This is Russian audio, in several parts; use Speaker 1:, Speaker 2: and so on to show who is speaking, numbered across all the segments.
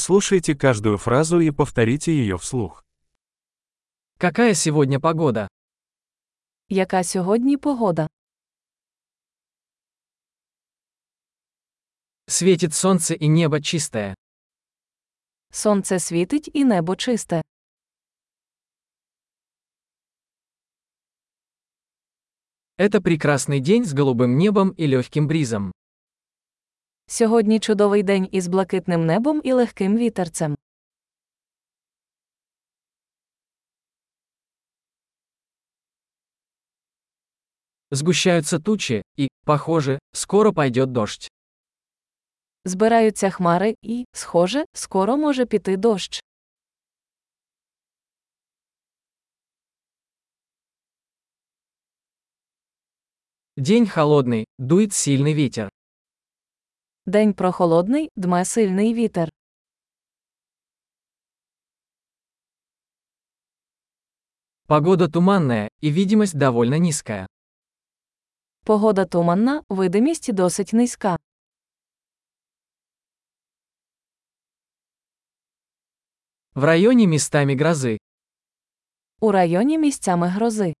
Speaker 1: Прослушайте каждую фразу и повторите ее вслух.
Speaker 2: Какая сегодня погода?
Speaker 3: Яка сьогодні погода?
Speaker 2: Светит солнце и небо чистое.
Speaker 3: Сонце світить і небо чисте.
Speaker 2: Это прекрасный день с голубым небом и легким бризом.
Speaker 3: Сьогодні чудовий день із блакитним небом і легким вітерцем.
Speaker 2: Сгущаются тучи, и, похоже, скоро пойдет дождь.
Speaker 3: Збираються хмари і, схоже, скоро може піти дощ.
Speaker 2: День холодный, дует сильный ветер.
Speaker 3: День прохолодний, дме сильний вітер.
Speaker 2: Погода туманная, и видимость довольно низкая.
Speaker 3: Погода туманна, видимість досить низька.
Speaker 2: В районе местами грозы.
Speaker 3: У районі місцями грози.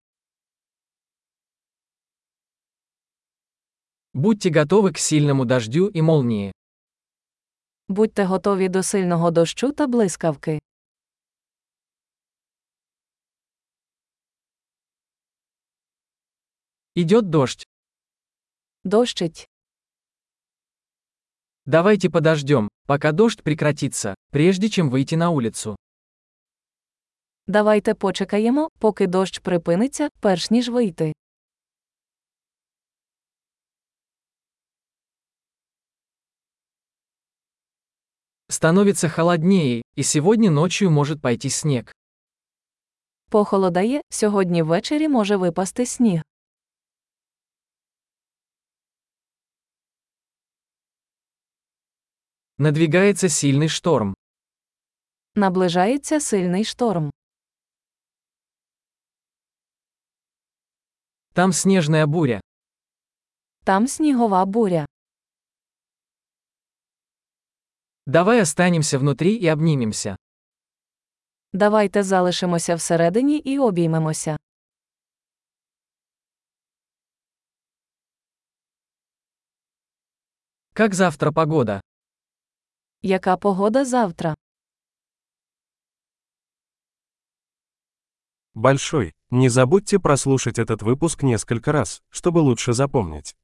Speaker 2: Будьте готовы к сильному дождю и молнии.
Speaker 3: Будьте готові до сильного дощу та блискавки.
Speaker 2: Идет дождь.
Speaker 3: Дощить.
Speaker 2: Давайте подождем, пока дождь прекратится, прежде чем выйти на улицу.
Speaker 3: Давайте почекаємо, поки дощ припиниться, перш ніж вийти.
Speaker 2: Становится холоднее, и сегодня ночью может пойти снег.
Speaker 3: Похолодає, сьогодні ввечері може випасти сніг.
Speaker 2: Надвигается сильный шторм.
Speaker 3: Наближається сильний шторм.
Speaker 2: Там снежная буря.
Speaker 3: Там снігова буря.
Speaker 2: Давай останемся внутри и обнимемся.
Speaker 3: Давайте залишимося всередині і обіймемося.
Speaker 2: Как завтра погода?
Speaker 3: Яка погода завтра?
Speaker 1: Большой. Не забудьте прослушать этот выпуск несколько раз, чтобы лучше запомнить.